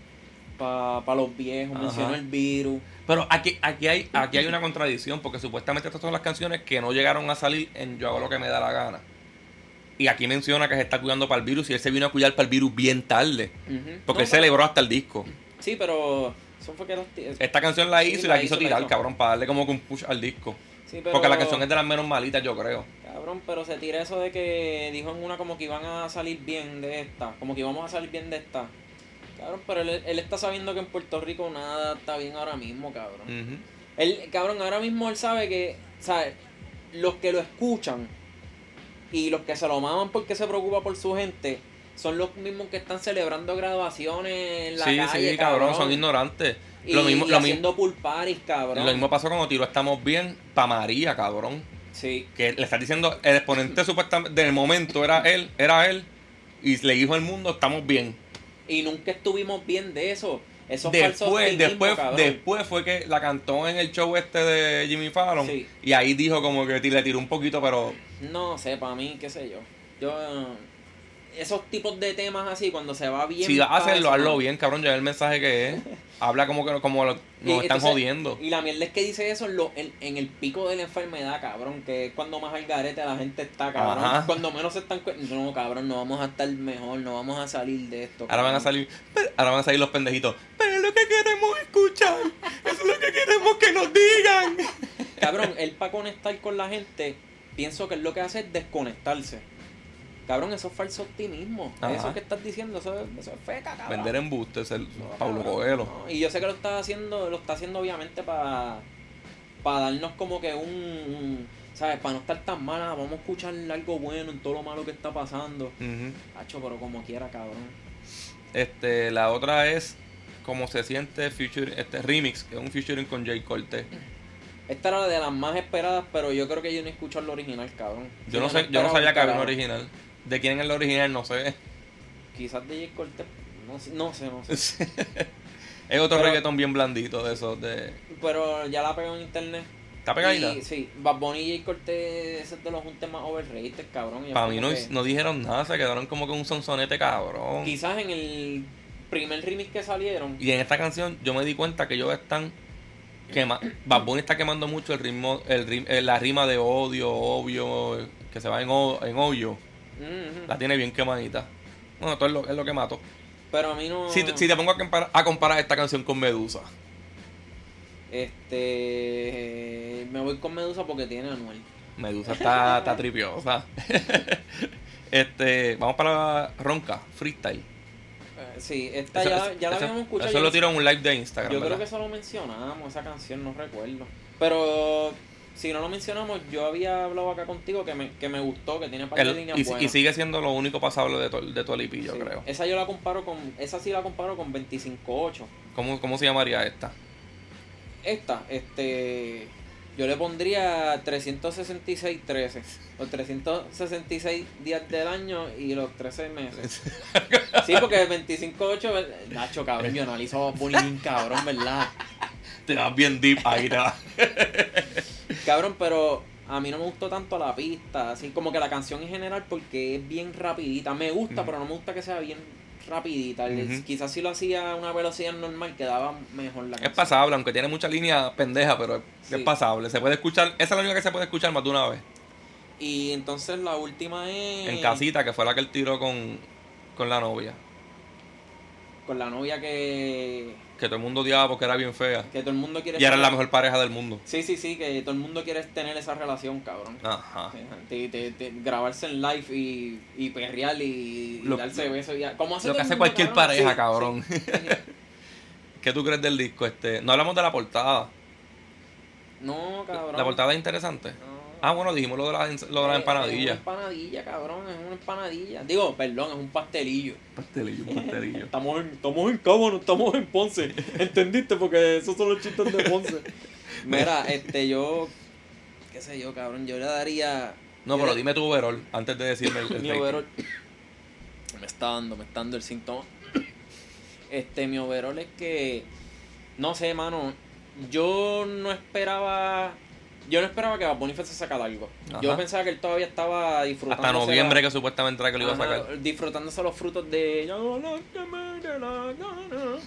para los viejos, Ajá. mencionó el virus. Pero aquí, aquí, hay, aquí hay una contradicción, porque supuestamente estas son las canciones que no llegaron a salir en Yo hago lo que me da la gana. Y aquí menciona que se está cuidando para el virus y él se vino a cuidar para el virus bien tarde. Porque Mm. No, él celebró hasta el disco. pero- Sí, pero eso fue que los ti- Esta canción la Sí, hizo y la la, quiso hizo, la tirar, hizo. cabrón, para darle como que un push al disco. sí, pero- Porque la canción es de las menos malitas, yo creo. Cabrón, pero se tira eso de que dijo en una como que iban a salir bien de esta, como que íbamos a salir bien de esta. Cabrón, pero él, él está sabiendo que en Puerto Rico nada está bien ahora mismo, cabrón. Ujú. Él, cabrón, ahora mismo él sabe que, ¿sabes? Los que lo escuchan y los que se lo maman porque se preocupa por su gente son los mismos que están celebrando graduaciones en la Sí, calle, sí, cabrón, son ignorantes. Y, lo mismo, y lo, mi- haciendo pool parties, cabrón. lo mismo pasó cuando tiró Estamos Bien para María, cabrón. Sí. Que le está diciendo, el exponente supuestamente del momento era él, era él. Y le dijo al mundo, estamos bien. Y nunca estuvimos bien de eso. Eso falsos Después, optimismos, después, cabrón. después fue que la cantó en el show este de Jimmy Fallon. Sí. Y ahí dijo como que ti- le tiró un poquito, pero No sé, para mí, qué sé yo. Yo... eh, Esos tipos de temas así, cuando se va bien... si vas a pa' hacerlo, eso, hazlo mano. bien, cabrón. Ya ve el mensaje que es. Habla como que como lo- nos Y están entonces- jodiendo. Y la mierda es que dice eso en, lo- en- en el pico de la enfermedad, cabrón, que es cuando más al garete la gente está, cabrón. Ajá. Cuando menos se están... cu- No, cabrón, no vamos a estar mejor, no vamos a salir de esto. Ahora van a cabrón. salir, pero- ahora van a salir los pendejitos. Pero es lo que queremos escuchar. Eso es lo que queremos que nos digan. Cabrón, él para conectar con la gente, pienso que él lo que hace es desconectarse. Cabrón, eso es falso optimismo. Ajá. Eso que estás diciendo, eso, es- eso es feca, cabrón. Vender embustes, el No, Pablo cabrón, Coelho. no. Y yo sé que lo está haciendo, lo está haciendo obviamente para para darnos como que un, un- ¿sabes? Para no estar tan mala, vamos a escuchar algo bueno en todo lo malo que está pasando. Ujú. Hacho, pero como quiera, cabrón. Este, la otra es cómo se siente feature, este remix, que es un featuring con Jay Cortez. Esta era la de las más esperadas, pero yo creo que yo no he escuchado el original, cabrón. Yo no sé, yo esperaba no sabía que había un carajo. original. ¿De quién es el original? No sé. Quizás de Jay Cortez, no sé, no sé, no sé. es otro Pero- reggaetón bien blandito de esos de. Pero ya la pegó en internet. ¿Está pegadita? Y, sí, Bad Bunny y Jay Cortez, ese es de los un tema overrated, cabrón. Yo Para creo mí no, que- no dijeron nada, se quedaron como con un sonsonete cabrón. Quizás en el primer remix que salieron, Y en esta canción yo me di cuenta que ellos están quema Bad Bunny está quemando mucho el ritmo, el rim- eh, la rima de odio, obvio, que se va en, o- en hoyo. Ujú. La tiene bien quemadita. Bueno, esto es lo, es lo que mato. Pero a mí no. Si, te- si te pongo a comparar, a comparar esta canción con Medusa. Este. Me voy con Medusa porque tiene a Anuel. Medusa está, está tripiosa. este, vamos para Ronca, freestyle. Eh, Sí, esta Eso- ya, eso- ya la eso- habíamos escuchado. Eso yo- lo tiró en un live de Instagram. Yo creo ¿verdad? que eso lo mencionamos, esa canción, no recuerdo. Pero si no lo mencionamos, yo había hablado acá contigo que me, que me gustó, que tiene un par de El- líneas y, buenas. y sigue siendo lo único pasable de, to, de Tolipi, yo Sí. creo. Esa yo la comparo con. Esa sí la comparo con 25.8. ¿Cómo, ¿Cómo se llamaría esta? Esta, este. Yo le pondría 366.13. Los 366 días del año y los 13 meses. Sí, porque 25.8. Nacho, cabrón, yo analizo a Bunny bien cabrón, ¿verdad? Te vas bien deep ahí, te vas. Cabrón, pero a mí no me gustó tanto la pista. Así como que la canción en general, porque es bien rapidita. Me gusta, Ujú. pero no me gusta que sea bien rapidita. Ujú. Quizás si lo hacía a una velocidad normal quedaba mejor la Es canción. pasable, aunque tiene mucha línea pendeja, pero es, Sí. es pasable. Se puede escuchar, esa es la única que se puede escuchar más de una vez. Y entonces la última es. En casita, que fue la que él tiró con, con la novia. Con la novia que. Que todo el mundo odiaba porque era bien fea. Que todo el mundo quiere. Y era ser- la mejor pareja del mundo. Sí, sí, sí, que todo el mundo quiere tener esa relación, cabrón. Ajá. Te- te- te- grabarse en live y, y perrear y, y Lo- darse besos. Y, ¿Cómo hace Lo todo el que hace mundo, cualquier pareja, Sí, cabrón. sí. ¿Qué tú crees del disco? Este, no hablamos de la portada. No, cabrón. La portada es interesante. No. Ah, bueno, dijimos lo de la, lo de la Es- empanadilla. Es una empanadilla, cabrón. Es una empanadilla. Digo, perdón, es un pastelillo. pastelillo, un pastelillo. Estamos en, estamos en Cabo, no estamos en Ponce. ¿Entendiste? Porque esos son los chistes de Ponce. Mira, este, yo. ¿Qué sé yo, cabrón? Yo le daría. No, yo pero le- dime tu overall antes de decirme el, el Mi rating. overall. Me está dando, me está dando el síntoma. Este, mi overall es que. No sé, mano. Yo no esperaba. Yo no esperaba que Bad Bunny fuese a sacar algo. Ajá. Yo pensaba que él todavía estaba disfrutando. Hasta noviembre que supuestamente era que lo iba a Ajá, sacar. Disfrutándose los frutos de.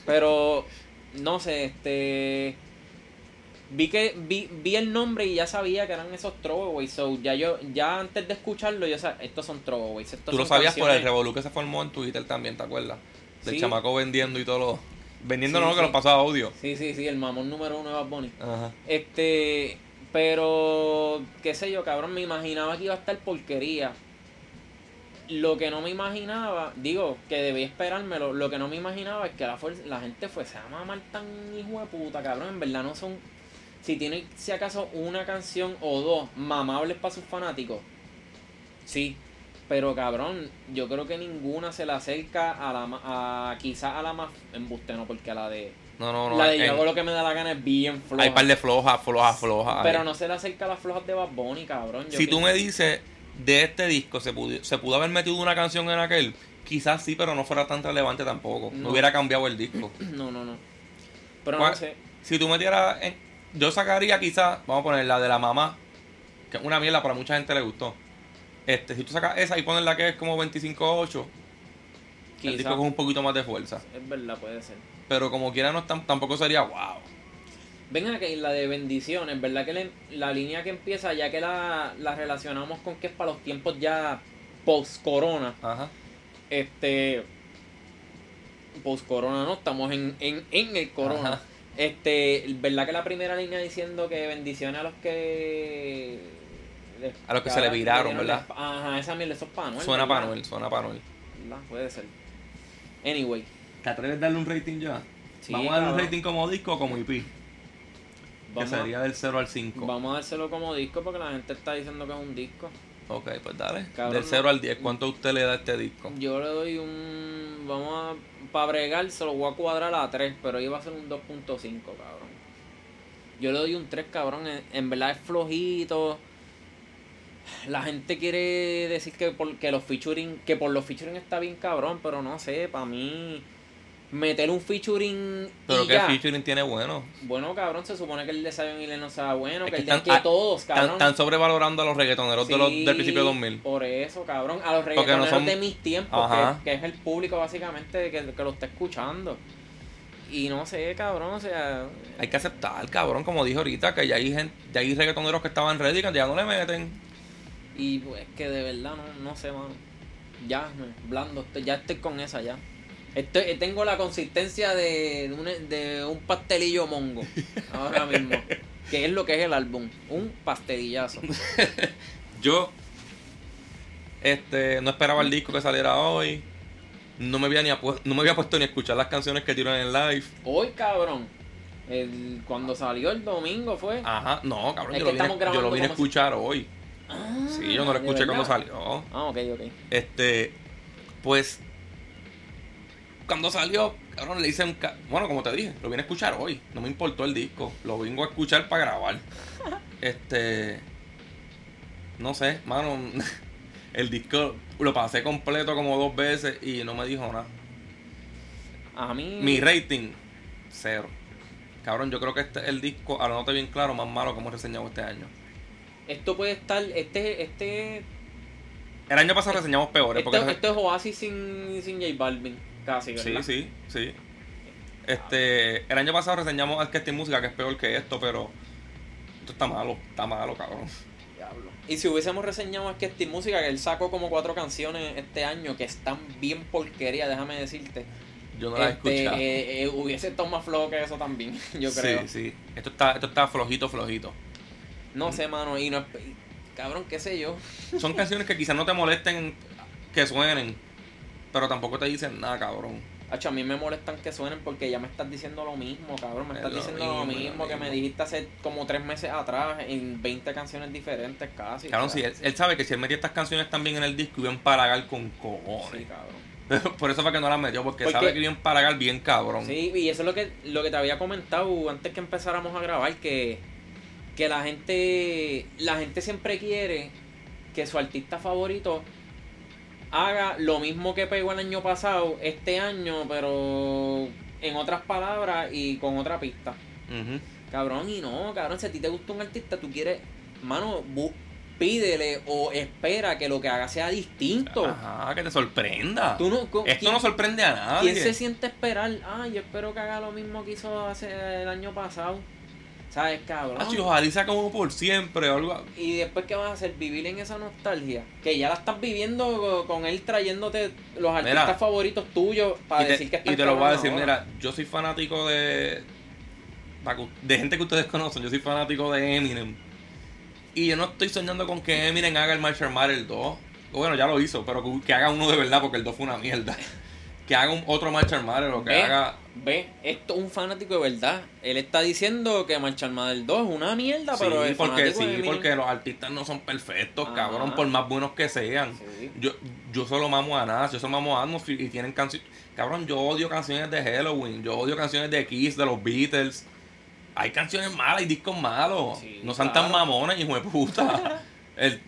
Pero. No sé, este. Vi que vi, vi el nombre y ya sabía que eran esos throwaways. So, ya yo ya antes de escucharlo, yo sabía, estos son throwaways. Estos Tú lo son sabías por el canciones". revolú que se formó en Twitter también, ¿te acuerdas? Del Sí. chamaco vendiendo y todo lo... Vendiendo Sí, no, que sí. lo pasó a audio. Sí, sí, sí, el mamón número uno de Bad Bunny. Ajá. Este, pero, qué sé yo, cabrón, me imaginaba que iba a estar porquería. Lo que no me imaginaba, digo, que debía esperármelo, lo que no me imaginaba es que la, fuer- la gente fuese a mamar tan hijo de puta, cabrón, en verdad no son... Si tienen, si acaso, una canción o dos mamables para sus fanáticos, sí. Pero cabrón, yo creo que ninguna se le acerca a la ma- a quizás a la más embuste, no, porque la de No, no, no. la de yo en- hago lo que me da la gana es bien floja. hay par de flojas, flojas, flojas. ahí. Pero no se le acerca a las flojas de Bad Bunny, cabrón. Yo Si que- tú me dices, de este disco se, pudi- se pudo haber metido una canción en aquel, quizás sí, pero no fuera tan relevante tampoco. No, No. hubiera cambiado el disco. No, no, no. Pero ¿Cuál- no sé. Pues, Si tú metieras... en- yo sacaría quizás, vamos a poner la de la mamá, que es una mierda, para mucha gente le gustó. Este, si tú sacas esa y pones la que es como 25-8, el disco Quizás. con un poquito más de fuerza. Es verdad, puede ser. Pero como quiera, no es tan- tampoco sería wow. Venga, que la de bendiciones, ¿verdad? Que le- la línea que empieza, ya que la, la relacionamos con que es para los tiempos ya post-corona. Ajá. Este. Post-corona no, estamos en, en, en el corona. Ajá. Este, verdad que la primera línea diciendo que bendiciones a los que les- A los que se le viraron, dieron ¿verdad? la esp- Ajá, esa mierda, eso es pa' Noel, Suena ¿verdad? para Noel, suena para Noel. ¿Verdad? Puede ser. Anyway, ¿Te atreves a darle un rating ya? Sí, Vamos a darle un cabrón. rating como disco o como IP. Que vamos, a- sería del 0 al 5. vamos a dárselo como disco porque la gente está diciendo que es un disco. Ok, pues dale. Cabrón, del no. 0 al 10, ¿cuánto usted le da a este disco? Yo le doy un. Vamos a. Para bregar, se lo voy a cuadrar a 3, pero iba a ser un 2.5, cabrón. Yo le doy un 3, cabrón. En, en verdad es flojito. La gente quiere decir que por, que los featuring. Que por los featuring está bien, cabrón, pero no sé, para mí. Meter un featuring. y Pero qué ya. featuring tiene bueno. Bueno, cabrón, se supone que el de Zion Hill no sea bueno, que, Es que el de están- que todos, Están, cabrón. están sobrevalorando a los reggaetoneros de los- del Sí, principio de 2000. Por eso, cabrón. A los no reggaetoneros son- de mis tiempos, Ajá. que, que es el público básicamente que, que lo está escuchando. Y no sé, cabrón, o sea... Hay que aceptar, cabrón, como dije ahorita, que ya hay, gente, ya hay reggaetoneros que estaban ready que ya no le meten. Y pues que de verdad, no, no sé, mano. Ya, me- blando, estoy- ya estoy con esa, ya. Estoy, eh, tengo la consistencia de, de un, de un pastelillo mongo ahora mismo. que es lo que es el álbum. Un pastelillazo. Yo este, no esperaba el disco que saliera hoy. No me había, ni apu- no me había puesto ni a escuchar las canciones que tiran en live. Hoy, cabrón. el- cuando salió el domingo fue... Ajá, no, cabrón, Es yo que lo, vine, estamos yo lo grabando vine a como si- Ah, escuchar hoy. Sí, yo no lo ¿de escuché cuando verdad? salió. Ah, ok, ok. Este, pues, cuando salió, cabrón, le hice un... ca- Bueno, como te dije, lo vine a escuchar hoy. No me importó el disco. Lo vengo a escuchar para grabar. Este, no sé, mano. El disco lo pasé completo como dos veces y no me dijo nada. A mí. Mi rating, cero. Cabrón, yo creo que este es el disco, a lo note bien claro, más malo que hemos reseñado este año. Esto puede estar. Este. Este. El año pasado reseñamos peores. Eh, Esto, Porque no- esto es Oasis sin, sin J Balvin. Casi, Sí, ¿verdad? sí, sí. Este, el año pasado reseñamos Arquestin Música, que es peor que esto, pero esto está malo, está malo, cabrón. Diablo. Y si hubiésemos reseñado que este música, que él sacó como cuatro canciones este año que están bien porquería, déjame decirte. Yo no la he Este, escuchado. eh, eh, hubiese estado más flojo que eso también, yo creo. Sí, sí. Esto está, esto está flojito, flojito. No sé, mano. Y no es- Cabrón, qué sé yo. Son canciones que quizás no te molesten que suenen, pero tampoco te dicen nada, cabrón. Hacho, a mí me molestan que suenen porque ya me estás diciendo lo mismo, cabrón. Me Es estás lo diciendo lo mismo, es lo mismo que me mismo. dijiste hace como tres meses atrás en 20 canciones diferentes casi. Cabrón, o sí, sea, él, él sabe que si él metía estas canciones también en el disco, iba a empalagar con sí, cojones. cabrón. Por eso fue que no las metió, porque, Porque- sabe que iba a empalagar bien, cabrón. Sí, y eso es lo que, lo que te había comentado antes que empezáramos a grabar, que, que la gente la gente siempre quiere que su artista favorito haga lo mismo que pegó el año pasado, este año, pero en otras palabras y con otra pista. Ujú. Cabrón, y no, cabrón, si a ti te gusta un artista, tú quieres, mano, bu- pídele o espera que lo que haga sea distinto. Ajá, que te sorprenda. Tú no- co- Esto ¿quién- no sorprende a nadie. ¿Quién se siente a esperar? Ah, yo espero que haga lo mismo que hizo hace el año pasado. ¿Sabes, cabrón? Ah, sí, ojalá y sea como por siempre o algo. y después, ¿qué vas a hacer? Vivir en esa nostalgia. Que ya la estás viviendo eh, con él trayéndote los artistas Mira. favoritos tuyos para Y te, decir que están y te lo voy a cabrones decir, ahora. mira, yo soy fanático de. pa' que- De gente que ustedes conocen, yo soy fanático de Eminem. Y yo no estoy soñando con que Eminem haga el Marshall Matter 2. O Bueno, ya lo hizo, pero que, que haga uno de verdad porque el 2 fue una mierda. Que haga un, otro Marshall Matter o que Ve, haga. ve, esto es un fanático de verdad. Él está diciendo que Marchar del 2 es una mierda, Sí, pero es porque, fanático de sí Eminem. porque los artistas no son perfectos, Ajá. cabrón, por más buenos que sean. Sí. Yo, yo solo mamo a Nas, yo solo mamo a Atmosphere y tienen canciones. Cabrón, yo odio canciones de Halloween, yo odio canciones de Kiss, de los Beatles. Hay canciones malas y discos malos. Sí, no sean tan claro. mamones, hijo de puta. El-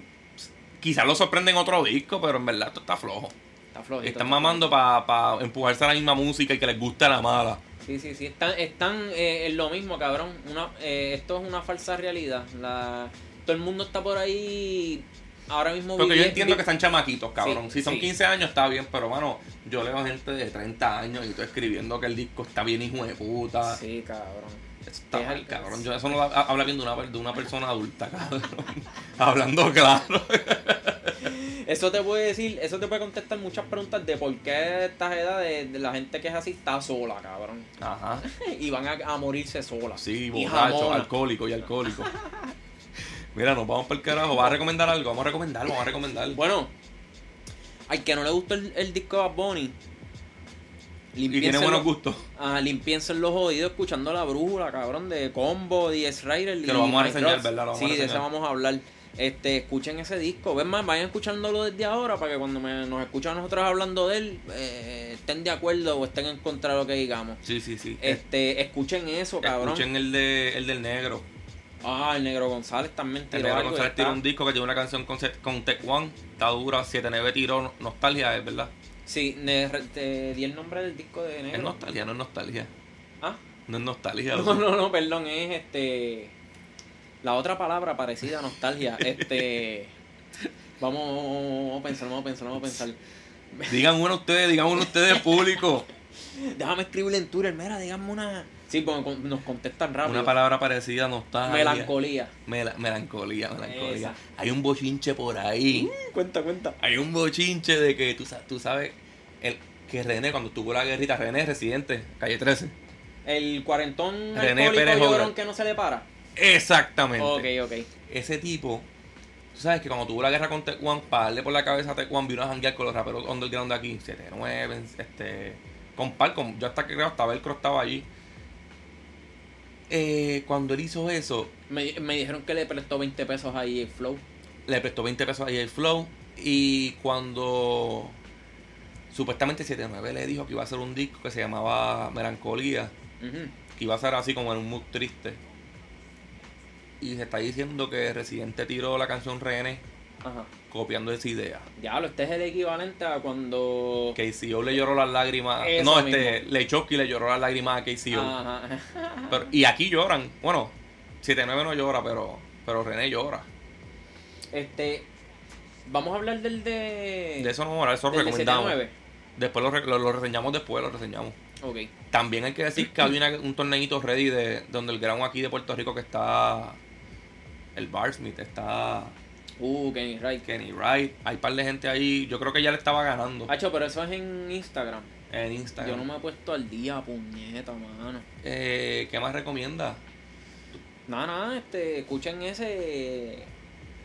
quizás lo sorprenden otro disco, pero en verdad esto está flojo. Está flojito, Están Pues está mamando para empujarse a la misma música y que les guste la mala. Sí, sí, sí, están, están eh, en lo mismo, cabrón. Una, eh, esto es una falsa realidad. La, todo el mundo está por ahí ahora mismo Porque yo vivi- entiendo vi- que están chamaquitos, cabrón. Sí, si son sí. 15 años está bien, pero mano, yo leo gente de 30 años y tú escribiendo que el disco está bien, hijo de puta. Sí, cabrón. Eso está Deja- mal, cabrón. Yo eso no lo ha- habla bien de una, de una persona adulta, cabrón. Hablando claro. Eso te puede decir, eso te puede contestar muchas preguntas de por qué estas edades de la gente que es así está sola, cabrón. Ajá. Y van a, a morirse solas. Sí, Y borracho, jamona. alcohólico y alcohólico. Mira, nos vamos para el carajo. ¿Vas a recomendar algo? Vamos a recomendar, vamos a recomendar. Bueno, al que no le gustó el, el disco de Bad Bunny, y tiene limpiénselo- buenos gustos. Ah, limpiense los oídos escuchando la brújula, cabrón, de Combo, de Rider. Que lo vamos a reseñar, ¿verdad? Lo vamos sí, a de ese reseñar. vamos a hablar. Este, escuchen ese disco. Ven más, vayan escuchándolo desde ahora para que cuando me- nos escuchan nosotros hablando de él, eh, estén de acuerdo o estén en contra de lo que digamos. Sí, sí, sí. Este, escuchen eso, cabrón. Escuchen el, de, el del negro. Ah, el Negro González también El tiró negro algo, González ya tiene está. un disco que tiene una canción con, se- con Tech One. Está dura, 7-9 tiró. Nostalgia es, ¿verdad? Sí, ne- re- te di el nombre del disco de Es Negro. nostalgia, no es nostalgia. Ah, No es nostalgia. No, no, no, perdón, es este. La otra palabra parecida a nostalgia. Este. Vamos, vamos a pensar, vamos a pensar, vamos a pensar. Digan uno ustedes, digan uno ustedes, público. Déjame escribirle en Twitter, mira, díganme una. Sí, porque con- nos contestan rápido. Una palabra parecida, nostalgia. Melancolía. Mela- melancolía, melancolía. Esa. Mm. Hay un bochinche por ahí. Cuenta, cuenta. Hay un bochinche de que tú, sa- tú sabes el, que René, cuando tuvo la guerrita, René residente, calle 13. El cuarentón René alcohólico Pérez llorón Hogar. que no se le para. Exactamente. Ok, ok. Ese tipo, tú sabes que cuando tuvo la guerra con Tecuan, para darle por la cabeza a Tecuan, vino a janguear con los raperos underground de aquí, 79, este, con par, con, yo hasta que creo, hasta Velcro estaba allí. Eh, cuando él hizo eso, Me, me dijeron que le prestó 20 pesos ahí el flow. le prestó 20 pesos a el Flow y cuando supuestamente 79 le dijo que iba a hacer un disco que se llamaba Melancolía, Ujú. que iba a ser así como en un mood triste. Y se está diciendo que Residente tiró la canción René Ajá. copiando esa idea. Diablo, este es el equivalente a cuando. Que KCO le lloró las lágrimas. Eso Ah. no, este, Lechoki le lloró las lágrimas a KCO. Ajá. Pero- y aquí lloran. Bueno, 79 no llora, pero, pero René llora. Este. Vamos a hablar del de. De eso no vamos a hablar, eso lo del de recomendamos. 79. Después lo, re- lo- lo reseñamos, después lo reseñamos. Ok. También hay que decir que había una- un torneito ready de donde el ground aquí de Puerto Rico que está el Barsmith, está Uh, Kenny Wright. Kenny Wright, hay par de gente ahí, yo creo que ya le estaba ganando Hacho, pero eso es en Instagram. en Yo Instagram. no me he puesto al día, puñeta, mano. Eh, ¿Qué más recomienda? Nada, nada, este, escuchen ese.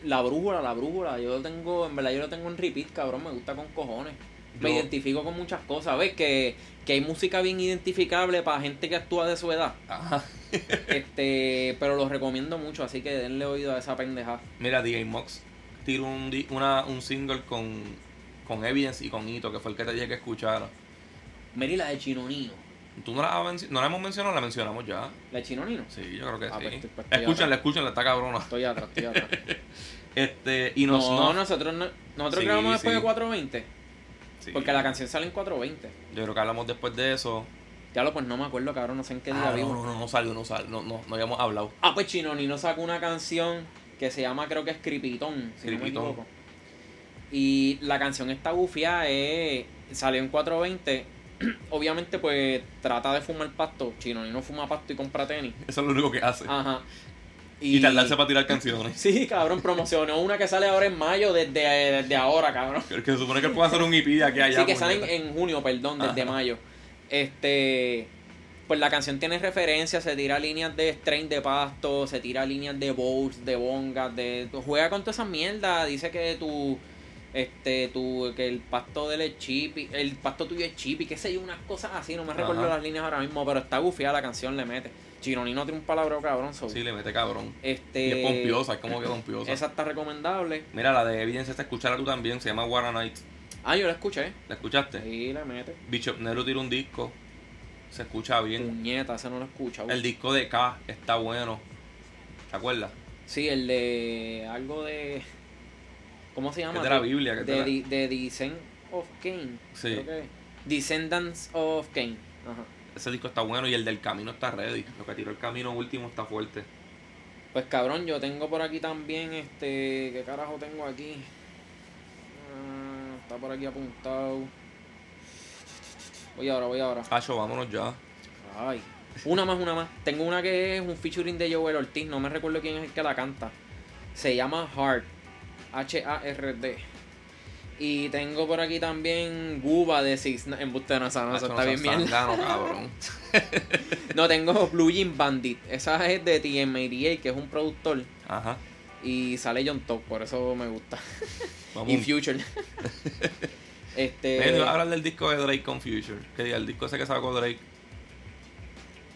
La brújula, la brújula. Yo lo tengo, en verdad, yo lo tengo en repeat, cabrón. Me gusta con cojones. Me Yo- identifico con muchas cosas. ¿Ves? Que, que hay música bien identificable para gente que actúa de su edad. Ajá. Este, pero los recomiendo mucho, así que denle oído a esa pendejada. Mira, DJ Mox tiró un, di- una- un single con, con Evidence y con Ito, que fue el que te dije que escuchara. Meri, la de Chinonino. ¿Tú no la, has menc- no la hemos mencionado? La mencionamos ya. ¿La de Chinonino? Sí, yo creo que Ah, sí. pues, pues, pues, ya. escúchenla, escúchenla, está cabrona. Estoy atrás, estoy atrás. Este, y no, nos, no, nosotros no- nosotros Sí, grabamos después sí. de 420. Sí. Porque la canción sale en 420. Yo creo que hablamos después de eso. Ya lo pues no me acuerdo, cabrón, no sé en qué día Ah, no, vivo. no, no, no salió, no salió, no, no, no habíamos hablado. Ah, pues Chinonino sacó una canción que se llama, creo que es Cripitón, si Cripitón. no me equivoco. Y la canción está bufiada, eh, salió en 420. Obviamente, pues trata de fumar pasto. Chinonino fuma pasto y compra tenis. Eso es lo único que hace. Ajá. y... tardarse para tirar canciones. Sí, cabrón, promocionó una que sale ahora en mayo, desde, desde ahora, cabrón. Que que se supone que puede hacer un EP de aquí a allá. Sí, que puñeta. salen en junio, perdón, desde Ajá. mayo. Este. Pues la canción tiene referencias, se tira líneas de strain de pasto, se tira líneas de bowls, de bongas, de. Juega con todas esas mierdas. Dice que tu. Este, tu. que el pasto del chipi. El pasto tuyo es chipi, qué sé yo, unas cosas así. No me Ajá. recuerdo las líneas ahora mismo, pero está gufiada la canción, le mete. Chironino tiene un palabreo cabrón, so. Sí, le mete cabrón. Este. Y es pompiosa, es como que pompiosa. Esa está recomendable. Mira, la de Evidence está escucharla tú también, se llama Guara Night. Ah, yo la escuché. ¿La escuchaste? Sí, le mete. Bishop Nero tiró un disco, se escucha bien. Puñeta, esa no la escucha. El disco de K está bueno. ¿Te acuerdas? Sí, el de algo de. ¿Cómo se llama? Es de la Biblia, De, que es de la- di- de Descent of Cain. Sí. creo que es. Descendants of Cain. Ajá. Ese disco está bueno y el del camino está ready. Lo que tiró el camino último está fuerte. Pues cabrón, yo tengo por aquí también este. ¿Qué carajo tengo aquí? Ah, está por aquí apuntado. Voy ahora, voy ahora. Hacho, vámonos ya. Ay. Una más, una más. Tengo una que es un featuring de Joel Ortiz. No me recuerdo quién es el que la canta. Se llama Hard. H-A-R-D. Y tengo por aquí también Guba de Six Nine- Embuste, no, esa no, Ah, eso eso no está bien seas mierda. zángano, cabrón. No, tengo Blue Jean Bandit. Esa es de TM88, que es un productor. Ajá. Y sale John Top, por eso me gusta. Vamos. Y Future. Bueno, este. iba a hablar del disco de Drake con Future. Que diga, el disco ese que sacó Drake.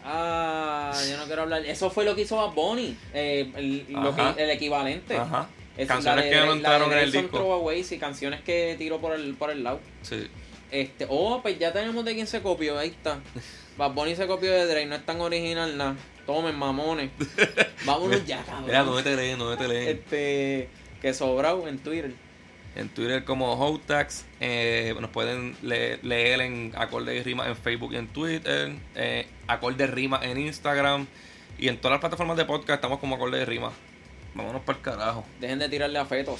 Ah, yo no quiero hablar. Eso fue lo que hizo Bad Bunny. eh, el, lo Ajá. que- el equivalente. Ajá. Es Canciones la de- que la no de entraron en el Nelson disco. Throwaways y canciones que tiró por el, por el lado. Sí. Este, oh, pues ya tenemos de quién se copió, ahí está. Bad Bunny se copió de Drake, no es tan original nada. Tomen, mamones. Vámonos ya, Mira, no cabrón. me te leen, no me te leen. Este, que sobrado en Twitter. En Twitter como Hotax. eh, nos pueden le- leer en Acorde y Rima en Facebook y en Twitter. Eh, Acorde Rima en Instagram. Y en todas las plataformas de podcast estamos como Acorde y Rima. Vámonos para el carajo. Dejen de tirarle a fetos.